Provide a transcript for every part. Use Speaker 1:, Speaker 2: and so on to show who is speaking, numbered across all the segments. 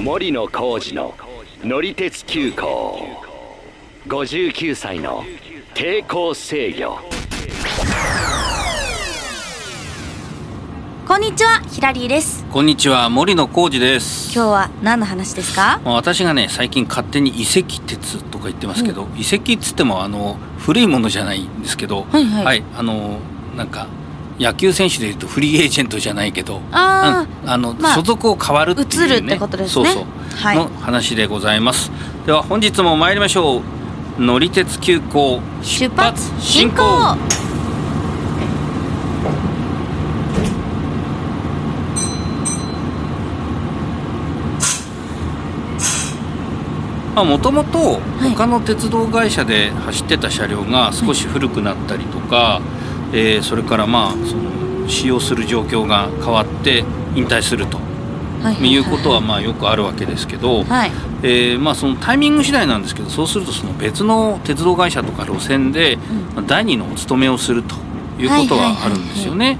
Speaker 1: 森野浩二の乗り鉄急行59歳の抵抗制御
Speaker 2: こんにちは、ヒラリーです。
Speaker 3: こんにちは森野浩二です
Speaker 2: 今日は何の話ですか
Speaker 3: まあ私がね最近勝手に遺跡鉄とか言ってますけど、遺跡っつってもあの古いものじゃないんですけど
Speaker 2: はいはい
Speaker 3: あのなんか野球選手でいうとフリーエージェントじゃないけど
Speaker 2: あ
Speaker 3: うんあの、
Speaker 2: まあ
Speaker 3: 所属を変わるっていう、ね、
Speaker 2: 移るってことですね
Speaker 3: そうそう、
Speaker 2: はい
Speaker 3: の話でございますでは本日も参りましょう乗り鉄急行
Speaker 2: 出発進行
Speaker 3: もともと
Speaker 2: い
Speaker 3: 他の鉄道会社で走ってた車両が少し古くなったりとか、えーそれからまあその使用する状況が変わって引退すると
Speaker 2: はい
Speaker 3: いうことはまあよくあるわけですけど、
Speaker 2: はい。
Speaker 3: えーまあ、そのタイミング次第なんですけどそうするとその別の鉄道会社とか路線で、まあ第二のお勤めをするということ
Speaker 2: はいはいはい
Speaker 3: は
Speaker 2: はい
Speaker 3: あるんですよね。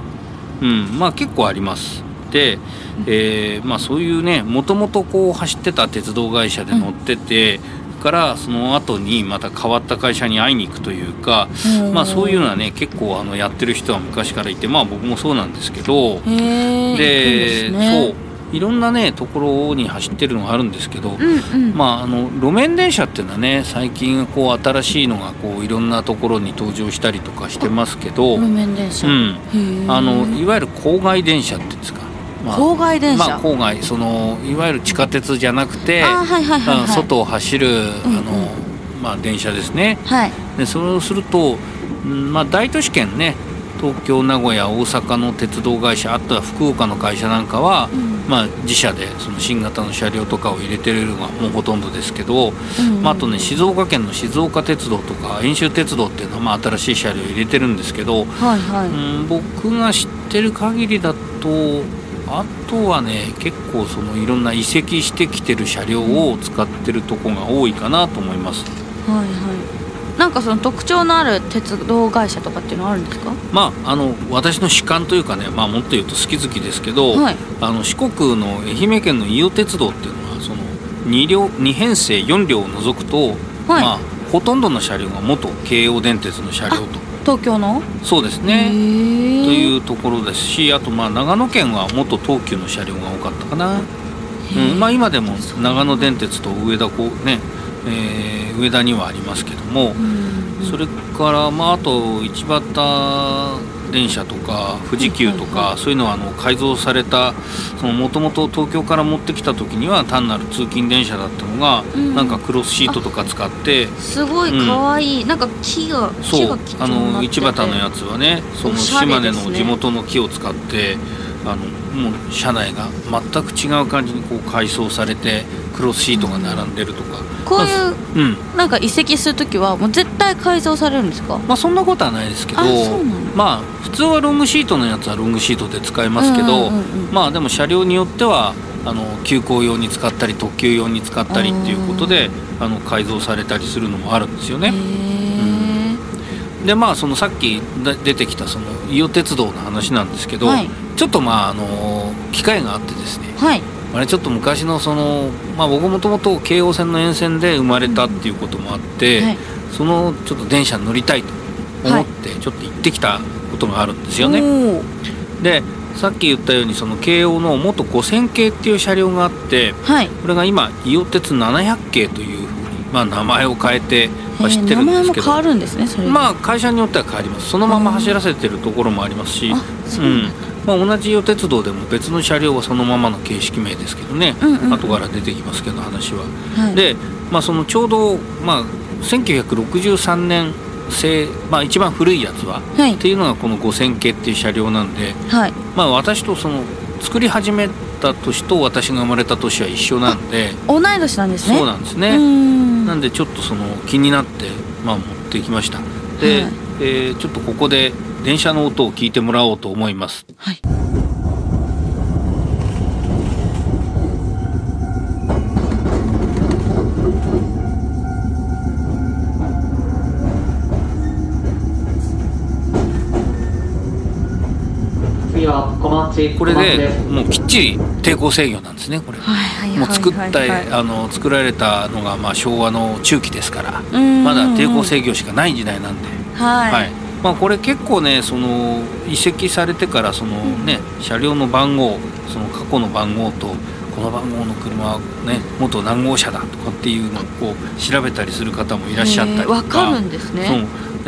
Speaker 3: うんまあ結構あります。で、えーまあ、そういうねもともとこう走ってた鉄道会社で乗ってて、からその後にまた変わった会社に会いに行くというか、
Speaker 2: おー
Speaker 3: まあ、そういうのはね結構あのやってる人は昔からいてまあ僕もそうなんですけど。
Speaker 2: へー。行くん
Speaker 3: で
Speaker 2: ですね
Speaker 3: そういろんなねところに走ってるのがあるんですけど、
Speaker 2: うんうん。
Speaker 3: まあ、あの路面電車っていうのはね最近こう新しいのがこういろんなところに登場したりとかしてますけど、う
Speaker 2: 路面電車。
Speaker 3: ん、
Speaker 2: へー
Speaker 3: あのいわゆる郊外電車っていうんですか、まあ
Speaker 2: 郊外電車。
Speaker 3: まあ、郊外そのいわゆる地下鉄じゃなくて、
Speaker 2: あーはいはいはいはい
Speaker 3: うん外を走るあの、
Speaker 2: うんうん
Speaker 3: まあ、電車ですね。
Speaker 2: はい。
Speaker 3: でそれをすると、うんまあ、大都市圏ね東京名古屋大阪の鉄道会社あとは福岡の会社なんかは、
Speaker 2: ん
Speaker 3: まあ、自社でその新型の車両とかを入れてるのがもうほとんどですけど、
Speaker 2: うん
Speaker 3: まあ、あとね静岡県の静岡鉄道とか遠州鉄道っていうのは、まあ、新しい車両を入れてるんですけど、
Speaker 2: はいは
Speaker 3: う
Speaker 2: い。
Speaker 3: ん、僕が知ってる限りだとあとはね結構そのいろんな移籍してきてる車両を使ってるとこが多いかなと思います。
Speaker 2: はいはい。なんかその特徴のある鉄道会社とかっていうのはあるんですか
Speaker 3: まあ、あの私の主観というかね、まあ、もっと言うと好き好きですけど、
Speaker 2: はい
Speaker 3: あの四国の愛媛県の伊予鉄道っていうのはその 2, 両2編成4両を除くと、まあ、ほとんどの車両が元京王電鉄の車両と
Speaker 2: 東京の
Speaker 3: そうです
Speaker 2: へ
Speaker 3: ねと
Speaker 2: ー
Speaker 3: いうところですしあとまあ長野県は元東急の車両が多かったかな、うんまあ、今でも長野電鉄と上田こうね、えー上田にはありますけど
Speaker 2: う
Speaker 3: も。
Speaker 2: ん
Speaker 3: それから、まあ、あと一畑電車とか富士急
Speaker 2: はい
Speaker 3: と
Speaker 2: はい
Speaker 3: かそういうのはあの改造されたもともと東京から持ってきた時には単なる通勤電車だったのが、
Speaker 2: うん
Speaker 3: なんかクロスシートとか使って
Speaker 2: すごい可愛い、なんか木が
Speaker 3: そ
Speaker 2: 木が
Speaker 3: う
Speaker 2: 貴重
Speaker 3: あ
Speaker 2: にな
Speaker 3: の
Speaker 2: ってて
Speaker 3: 一畑のやつはねその
Speaker 2: おしゃれ
Speaker 3: 島根
Speaker 2: です
Speaker 3: の
Speaker 2: ね
Speaker 3: 地元の木を使ってあのもう車内が全く違う感じにこう改装されてクロスシートが並んでるとか、
Speaker 2: こういう
Speaker 3: うん、
Speaker 2: なんか移籍するときはもう絶対改造されるんですか
Speaker 3: まあそんなことはないですけど
Speaker 2: あそうなの
Speaker 3: まあ普通はロングシートのやつはロングシートで使えますけ
Speaker 2: うん
Speaker 3: ど、
Speaker 2: うんうんうん
Speaker 3: まあでも車両によってはあの急行用に使ったり特急用に使ったりっていうことであの改造されたりするのもあるんですよ
Speaker 2: へ
Speaker 3: ね。
Speaker 2: ー
Speaker 3: でまあそのさっきだ出てきたその伊予鉄道の話なんですけど、
Speaker 2: はい
Speaker 3: ちょっとまああの機会があってですね
Speaker 2: はい
Speaker 3: あれちょっと昔のその、まあ、僕もともと京王線の沿線で生まれたっていうこともあって、
Speaker 2: はい
Speaker 3: そのちょっと電車に乗りたいと思ってちょっと行ってきたことがあるんですよね。
Speaker 2: おー
Speaker 3: でさっき言ったようにその京王の元5000系っていう車両があって
Speaker 2: はい
Speaker 3: これが今伊予鉄700系というふうに、まあ、名前を変えて走ってるん
Speaker 2: えー名
Speaker 3: で
Speaker 2: 前
Speaker 3: す
Speaker 2: も
Speaker 3: け
Speaker 2: 変わ
Speaker 3: ど。
Speaker 2: るんですねそれで
Speaker 3: まあ会社によっては変わりますそのまま走らせてるところもありますし
Speaker 2: あそうなんだ
Speaker 3: まあ、同じ伊予鉄道でも別の車両はそのままの形式名ですけどね、
Speaker 2: うんうんうん
Speaker 3: 後から出てきますけど話は、
Speaker 2: はい
Speaker 3: で、まあ、そのちょうど、まあ、1963年製、まあ、一番古いやつは、
Speaker 2: はい
Speaker 3: っていうのがこの5000系っていう車両なんで、
Speaker 2: はい
Speaker 3: まあ、私とその作り始めた年と私が生まれた年は一緒なんで、
Speaker 2: 同い年なんですね
Speaker 3: そうなんですね、
Speaker 2: うーん
Speaker 3: なんでちょっとその気になって、まあ、持ってきましたで、
Speaker 2: はい
Speaker 3: えーちょっとここで電車の音を聞いてもらおうと思います
Speaker 2: はい
Speaker 1: 次
Speaker 4: は小町
Speaker 3: これ
Speaker 4: 小町
Speaker 3: ですもうきっちり抵抗制御なんですねこれ、
Speaker 2: はいはいはいはい
Speaker 3: もう作った、
Speaker 2: はい
Speaker 3: あの作られたのがまあ昭和の中期ですから、
Speaker 2: うんうんうん
Speaker 3: まだ抵抗制御しかない時代なんで、は
Speaker 2: はい
Speaker 3: まあ、これ結構ねその移籍されてからその、ね車両の番号その過去の番号とこの番号の車は、ね、元何号車だとかっていうのをこう調べたりする方もいらっしゃったりとか
Speaker 2: へーわかるんですね
Speaker 3: そ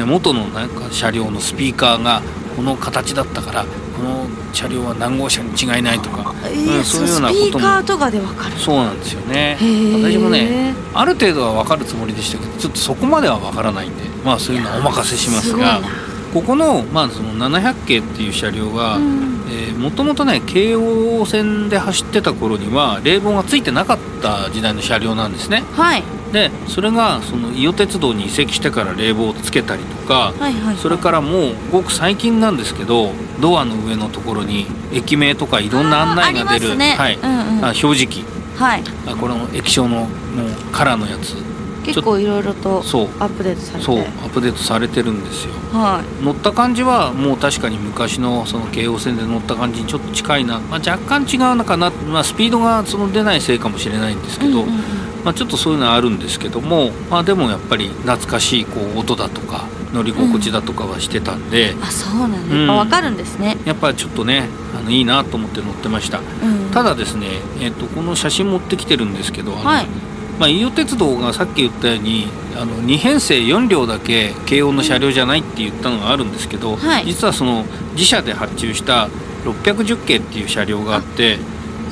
Speaker 3: うね元のなんか車両のスピーカーがこの形だったからこの車両は何号車に違いないとか、
Speaker 2: えー
Speaker 3: うん
Speaker 2: そうスピーカーとかでわかる
Speaker 3: そうなんですよね
Speaker 2: へー
Speaker 3: 私もねある程度は分かるつもりでしたけどちょっとそこまでは分からないんでまあそういうのはお任せしますが
Speaker 2: いやーす
Speaker 3: ここの,、まあその700系っていう車両が
Speaker 2: うん
Speaker 3: もともとね京王線で走ってた頃には冷房がついてなかった時代の車両なんですね
Speaker 2: はい
Speaker 3: でそれがその伊予鉄道に移籍してから冷房をつけたりとか、
Speaker 2: はいはい
Speaker 3: それからもうごく最近なんですけどドアの上のところに駅名とかいろんな案内が出
Speaker 2: あーあります
Speaker 3: る、
Speaker 2: ね
Speaker 3: はい
Speaker 2: うんうん
Speaker 3: あ表示器
Speaker 2: はい
Speaker 3: あこの液晶のもうカラーのやつ
Speaker 2: 結構いろいろとア
Speaker 3: そう
Speaker 2: ップデートされて
Speaker 3: そうアップデートされてるんですよ
Speaker 2: は
Speaker 3: 乗った感じはもう確かに昔のその京王線で乗った感じにちょっと近いな、まあ、若干違うのかな、まあ、スピードがその出ないせいかもしれないんです
Speaker 2: い
Speaker 3: けど、
Speaker 2: うんうんうん
Speaker 3: まあ、ちょっとそういうのはあるんですけども、まあ、でもやっぱり懐かしいこう音だとか乗り心地だとかはしてたんで、
Speaker 2: あそうなんだやっぱわかるんですね
Speaker 3: やっぱちょっとねあのいいなと思って乗ってました
Speaker 2: うん
Speaker 3: ただですね、えっとこの写真持ってきてるんですけど、あの
Speaker 2: はい
Speaker 3: まあ、伊予鉄道がさっき言ったようにあの2編成4両だけ京王の車両じゃないって言ったのがあるんですけど、
Speaker 2: はい
Speaker 3: 実はその自社で発注した610系っていう車両があって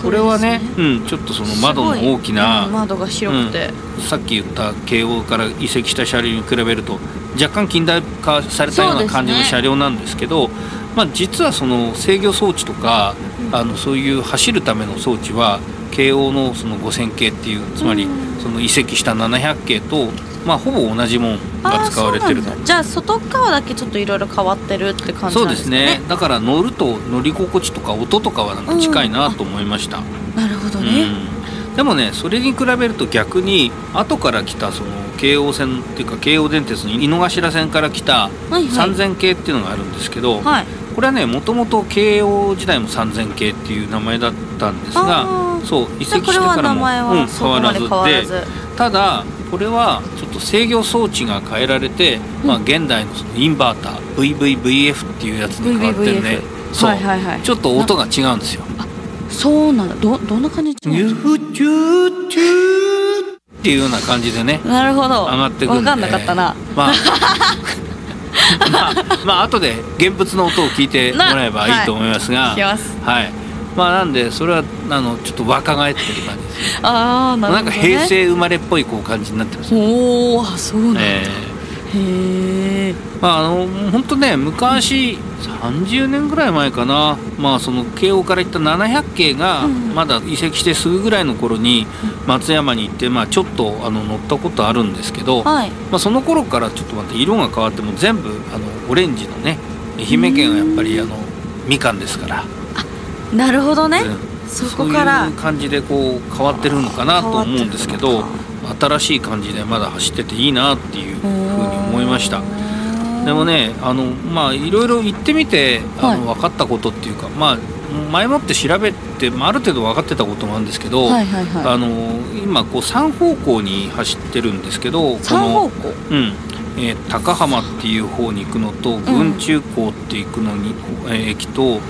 Speaker 3: これはね
Speaker 2: こ
Speaker 3: うん、ちょっとその窓の大き
Speaker 2: すごいうん
Speaker 3: な、
Speaker 2: 窓が広くて
Speaker 3: さっき言った慶応から移籍した車両に比べると若干近代化されたよう
Speaker 2: そう
Speaker 3: な
Speaker 2: ですね
Speaker 3: 感じの車両なんですけどまあ、実はその制御装置とか、あのそういう走るための装置は慶応のその5000系っていうつまり
Speaker 2: うん
Speaker 3: その移籍した700系と、まあ、ほぼ同じもん
Speaker 2: あ
Speaker 3: が
Speaker 2: ー
Speaker 3: 使われて
Speaker 2: そ
Speaker 3: る
Speaker 2: う
Speaker 3: と
Speaker 2: なんだじゃあ外側だけちょっといろいろ変わってるって感じ
Speaker 3: そう
Speaker 2: なんで
Speaker 3: で
Speaker 2: すすかね
Speaker 3: ねだから乗ると乗り心地とか音とかはなんか近いなと思いました。
Speaker 2: なるほどね
Speaker 3: うん、でもねそれに比べると逆に後から来たその京王線っていうか京王電鉄の井の頭線から来た
Speaker 2: はいはい
Speaker 3: 3000系っていうのがあるんですけど、
Speaker 2: はい
Speaker 3: これはねもともと京王時代も3000系っていう名前だったんです
Speaker 2: あ
Speaker 3: が
Speaker 2: ー
Speaker 3: そう移
Speaker 2: じゃあ
Speaker 3: 籍
Speaker 2: こ
Speaker 3: し
Speaker 2: れ
Speaker 3: て
Speaker 2: は
Speaker 3: から
Speaker 2: 名
Speaker 3: も、
Speaker 2: 前
Speaker 3: う
Speaker 2: は
Speaker 3: ん
Speaker 2: そこまで変わらず
Speaker 3: でただこれはちょっと制御装置が変えられて、まあ、現代のそのインバーター VVVF っていうやつに変わってるんで
Speaker 2: VVVF
Speaker 3: そう、
Speaker 2: はいはいはい
Speaker 3: ちょっと音が違うんですよ。
Speaker 2: そうなんだどどんな感じなの
Speaker 3: ユフチューチューっていうような感じでね
Speaker 2: なるほど
Speaker 3: 上がってくる
Speaker 2: わ
Speaker 3: で
Speaker 2: かんなかったな
Speaker 3: まあまあ、まあ後で現物の音を聞いてもらえばいいと思います
Speaker 2: なはい聞
Speaker 3: が
Speaker 2: きます
Speaker 3: はいまあなんでそれはあのちょっと若返ってる感じです、
Speaker 2: ああなる
Speaker 3: な
Speaker 2: ほ
Speaker 3: ん
Speaker 2: ど、ね、
Speaker 3: か平成生まれっぽいこう感じになってますね、
Speaker 2: おーあそうなんだ、
Speaker 3: え
Speaker 2: へえ
Speaker 3: ーまああの本当ね昔30年ぐらい前かなまあその慶応から行った700系が
Speaker 2: うん
Speaker 3: まだ移籍してすぐぐらいの頃に松山に行って、まあ、ちょっとあの乗ったことあるんですけど、
Speaker 2: はい
Speaker 3: まあ、その頃からちょっと待って色が変わっても全部あのオレンジのね愛媛県はやっぱりあのみかんですから、
Speaker 2: なるほどね、
Speaker 3: うん
Speaker 2: そこから
Speaker 3: そういう感じでこう変わってるのかなと思うんですけ
Speaker 2: 変わ
Speaker 3: ど
Speaker 2: って
Speaker 3: 新しい感じでまだ走ってていいなっていうふうに思いました。でもねあのまあいろいろ行ってみてあの、
Speaker 2: は
Speaker 3: 分かったことっていうかまあ前もって調べて、まあ、ある程度分かってたこともあるんですけど、
Speaker 2: はいはいはい
Speaker 3: あの今こう3方向に走ってるんですけど
Speaker 2: 三方向
Speaker 3: この、うんえー高浜っていう方に行くのと群中港って行くのに、えー駅と、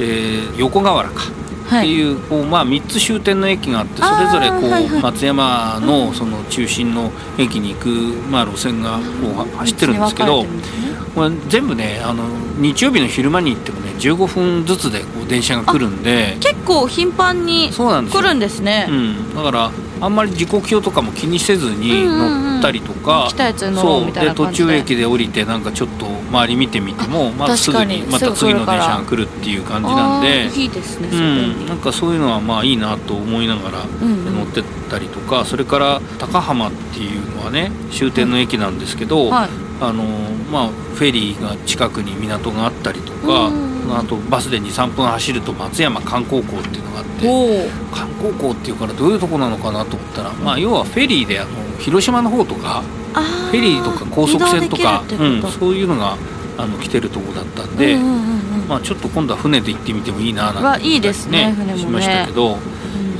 Speaker 3: えー横河原か。っ
Speaker 2: は
Speaker 3: て
Speaker 2: い
Speaker 3: いうこう、まあ、3つ終点の駅があって
Speaker 2: あ
Speaker 3: それ
Speaker 2: ー
Speaker 3: ぞれこう、
Speaker 2: はいはい
Speaker 3: 松山のその中心の駅に行く、まあ、路線がこうは走ってるんですけど
Speaker 2: 道に分かれてるんですね
Speaker 3: これ全部ねあの日曜日の昼間に行ってもね15分ずつでこう電車が来るんで
Speaker 2: 結構頻繁に
Speaker 3: そうなんです
Speaker 2: 来
Speaker 3: よ
Speaker 2: るんですね
Speaker 3: うん、だからあんまり時刻表とかも気にせずに
Speaker 2: うんうんうん
Speaker 3: 乗ったりとか、
Speaker 2: 来たやつ乗ろうみたいな
Speaker 3: そう
Speaker 2: 感
Speaker 3: で
Speaker 2: じ
Speaker 3: 途
Speaker 2: で
Speaker 3: 中駅で降りてなんかちょっと周り見てみてもまあ、す
Speaker 2: 確
Speaker 3: ぐ
Speaker 2: かに
Speaker 3: にまた次の電車が来るっていう感じなんで
Speaker 2: あーいいですね
Speaker 3: う
Speaker 2: それ
Speaker 3: ん、なんかそういうのはまあいいなと思いながら
Speaker 2: んうん
Speaker 3: 乗ってったりとか、それから高浜っていうのはね終点の駅なんですけど、
Speaker 2: はい
Speaker 3: あのまあ、フェリーが近くに港があったりとか、
Speaker 2: うん
Speaker 3: あとバスで23分走ると松山観光港っていうのがあって
Speaker 2: おお
Speaker 3: 観光港っていうからどういうとこなのかなと思ったら、まあ、要はフェリーであの広島の方とか
Speaker 2: フ
Speaker 3: フェリーとか高速船とか
Speaker 2: うん
Speaker 3: うん、そういうのがあの来てるとこだったんで、
Speaker 2: うんうんうんうん
Speaker 3: まあ、ちょっと今度は船で行ってみてもいいななん
Speaker 2: わ
Speaker 3: て
Speaker 2: いいですね船もね
Speaker 3: しましたけど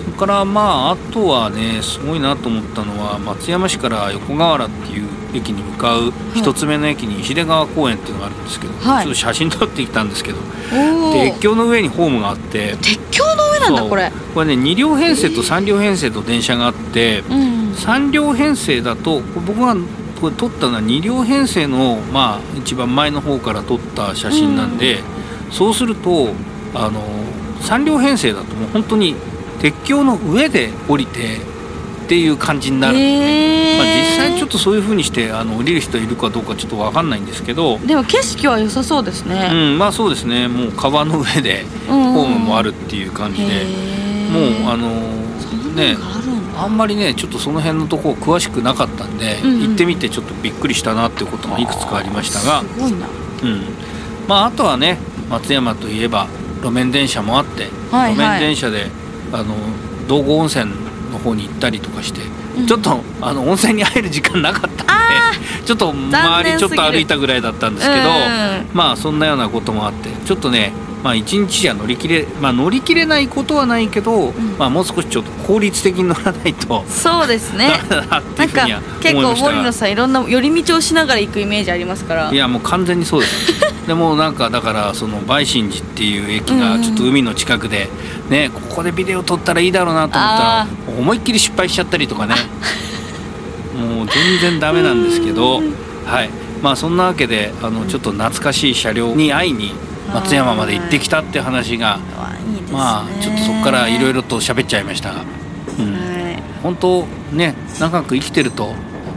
Speaker 3: それからまああとはねすごいなと思ったのは松山市から横河原っていう駅に向かう一つ目の駅に石出川公園っていうのがあるんですけど、
Speaker 2: はい
Speaker 3: ちょっと写真撮ってきたんですけど、
Speaker 2: おお
Speaker 3: 鉄橋の上にホームがあって
Speaker 2: 鉄橋の上なんだ
Speaker 3: そう
Speaker 2: これ
Speaker 3: これね2両編成と3両編成と電車があって
Speaker 2: うん
Speaker 3: 3両編成だとこれ僕がこれ撮ったのは2両編成の、まあ、一番前の方から撮った写真なんで、そうするとあの3両編成だともう本当に鉄橋の上で降りてっていう感じになる、
Speaker 2: えー
Speaker 3: まあ、実際ちょっとそういう風にしてあの降りる人いるかどうかちょっと分かんないんですけど、
Speaker 2: でも景色は良さそうです
Speaker 3: う
Speaker 2: ね、
Speaker 3: ん、まあそうですねもう川の上で
Speaker 2: うんうん
Speaker 3: ホームもあるっていう感じで。もうあの
Speaker 2: そんな
Speaker 3: ね
Speaker 2: のがあるんだ、
Speaker 3: あんまりねちょっとその辺のとこ詳しくなかったんで、
Speaker 2: うんうん
Speaker 3: 行ってみてちょっとびっくりしたなっていうこともいくつかありましたが、
Speaker 2: すごいな
Speaker 3: うんまあ、あとはね松山といえば路面電車もあって、
Speaker 2: はいはい
Speaker 3: 路面電車であの道後温泉の方に行ったりとかして、
Speaker 2: うん
Speaker 3: ちょっとあの温泉に入る時間なかったんで ちょっと
Speaker 2: 残
Speaker 3: 周り
Speaker 2: 念
Speaker 3: ち
Speaker 2: す
Speaker 3: ょ
Speaker 2: ぎる
Speaker 3: っと歩いたぐらいだったんですけど、
Speaker 2: うん
Speaker 3: まあそんなようなこともあってちょっとねまあ、1日じゃ乗り切れ、まあ、乗り切れないことはないけど、
Speaker 2: ん
Speaker 3: まあ、もう少しちょっと効率的に乗らないと
Speaker 2: そうですね
Speaker 3: ダメだなっ
Speaker 2: な
Speaker 3: ていうんふう
Speaker 2: か
Speaker 3: には
Speaker 2: 結
Speaker 3: 思い
Speaker 2: 構
Speaker 3: ました
Speaker 2: 森野さんいろんな寄り道をしながら行くイメージありますから
Speaker 3: いやもう完全にそうですでもなんかだからその梅神寺っていう駅がちょっと海の近くで、ねここでビデオ撮ったらいいだろうなと思ったら
Speaker 2: あ
Speaker 3: 思いっきり失敗しちゃったり とかねもう全然ダメなんですけどはいまあそんなわけであのちょっと懐かしい車両に会いに松山まで行ってきたって話が
Speaker 2: わいいですね
Speaker 3: まあちょっとそこからいろいろと喋っちゃいましたが、うん、
Speaker 2: はい
Speaker 3: 本当ね長く生きてると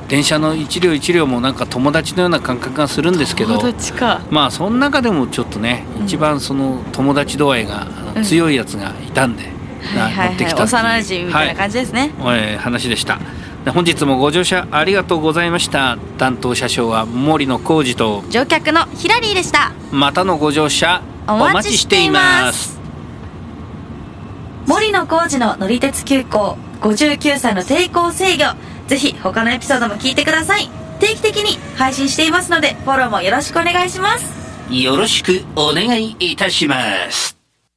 Speaker 3: 電車の一両一両もなんか友達のような感覚がするんですけど
Speaker 2: 友達か
Speaker 3: まあその中でもちょっとね、
Speaker 2: うん
Speaker 3: 一番その友達度合いがあの
Speaker 2: うん
Speaker 3: 強いやつがいたんで、な
Speaker 2: はいはい
Speaker 3: 乗って
Speaker 2: は
Speaker 3: き
Speaker 2: い
Speaker 3: たってう
Speaker 2: 幼馴染みたいな感じですね、
Speaker 3: はいえー話でしたで本日もご乗車ありがとうございました担当車掌は森野浩二と
Speaker 2: 乗客のヒラリーでした
Speaker 3: またのご乗車
Speaker 2: お待ちしています森野浩二の乗り鉄急行59歳の抵抗制御ぜひ他のエピソードも聞いてください定期的に配信していますのでフォローもよろしくお願いします
Speaker 4: よろしくお願いいたします。